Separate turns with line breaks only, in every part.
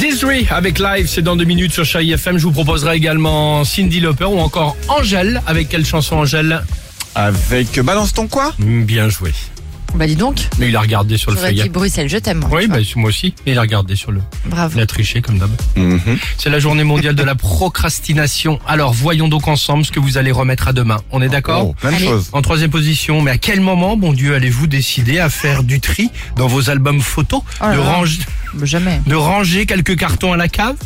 Theory avec Live, c'est dans deux minutes sur Chai FM. Je vous proposerai également Cindy Lauper ou encore Angèle. Avec quelle chanson Angèle
Avec Balance ton quoi
Mm, Bien joué.
Bah dis donc,
Mais il a regardé sur le
j'aurais dit
feuillet.
Bruxelles, je t'aime. moi,
Oui,
tu vois.
bah, moi aussi. Mais il a regardé sur le.
Bravo.
Il a triché comme d'hab. C'est la journée mondiale de la procrastination. Alors voyons donc ensemble ce que vous allez remettre à demain. On est d'accord
Oh, Même
Allez.
chose.
En troisième position, mais à quel moment, bon Dieu, allez-vous décider à faire du tri dans vos albums photos,
Oh là
de,
là.
range-
Bah, Jamais.
de ranger quelques cartons à la cave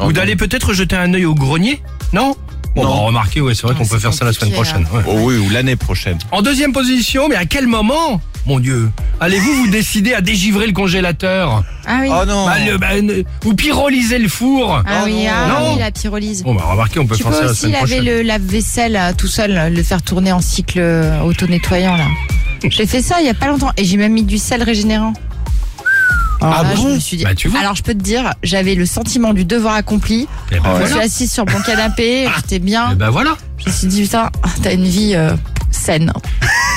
Ou
non.
d'aller peut-être jeter un œil au grenier Non Bon,
Ah Non.
bah, remarquez, ouais, c'est vrai
Non,
qu'on peut
Ah, c'est
faire ça la semaine
compliqué,
prochaine. ouais.
Oh oui, ou l'année prochaine.
En deuxième position, mais à quel moment, mon Dieu, allez-vous vous décider à dégivrer le congélateur
Ah oui.
Oh non
Bah, le- bah, ne- Ou pyrolyser le four
ah
Oh
oui,
non.
ah
Non.
oui, la pyrolyse.
Bon, bah, remarquez, on peut
tu
faire ça
peux
la
aussi
semaine
laver
prochaine.
le lave-vaisselle euh, tout seul, le faire tourner en cycle euh, auto-nettoyant là. J'ai fait ça il y a pas longtemps et j'ai même mis du sel régénérant. Alors
Ah
là, je
bon
me suis dit-
Bah, tu vois.
Alors je peux te dire, j'avais le sentiment du devoir accompli.
Eh ben,
Ah ouais.
Je suis
voilà.
assise sur mon canapé, j'étais
Eh
bien.
ben, voilà.
Je me suis dit putain, t'as une vie euh, saine.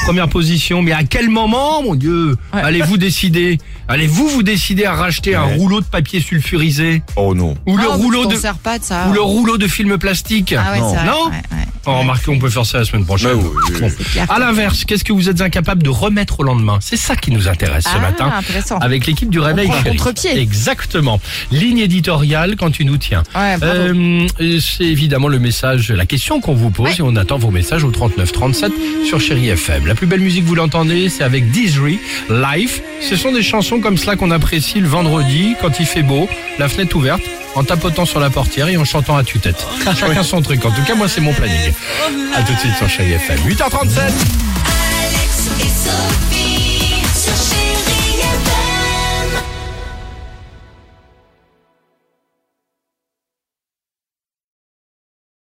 Première position, mais à quel moment, mon Dieu,
Ouais.
allez-vous décider Allez-vous vous décider à racheter un
Ouais.
rouleau de papier sulfurisé
Oh non.
ou le
Ah, mais
rouleau
tu t'en
de
sers pas de ça.
ou le rouleau de film plastique
Ah ouais,
Non.
c'est vrai,
Non
ouais, ouais.
Oh, Remarquez, on peut faire ça la semaine prochaine.
Bah oui.
Bon.
C'est clair.
À l'inverse, qu'est-ce que vous êtes incapable de remettre au lendemain C'est ça qui nous intéresse ce
Ah,
matin.
intéressant.
Avec l'équipe du Réveil
prend le
Chéri.
contre-pied.
Exactement. Ligne éditoriale quand tu nous tiens.
Ouais, bravo.
Euh, c'est évidemment le message, la question qu'on vous pose et on attend vos messages au 39 37 sur Chéri FM. La plus belle musique vous l'entendez, c'est avec Disney Life. Ce sont des chansons comme cela qu'on apprécie le vendredi quand il fait beau, la fenêtre ouverte, en tapotant sur la portière et en chantant à tue-tête. Chacun son truc. En tout cas, moi c'est mon planning. À tout de suite sur Chéri FM. 8h37.
Alex et Sophie.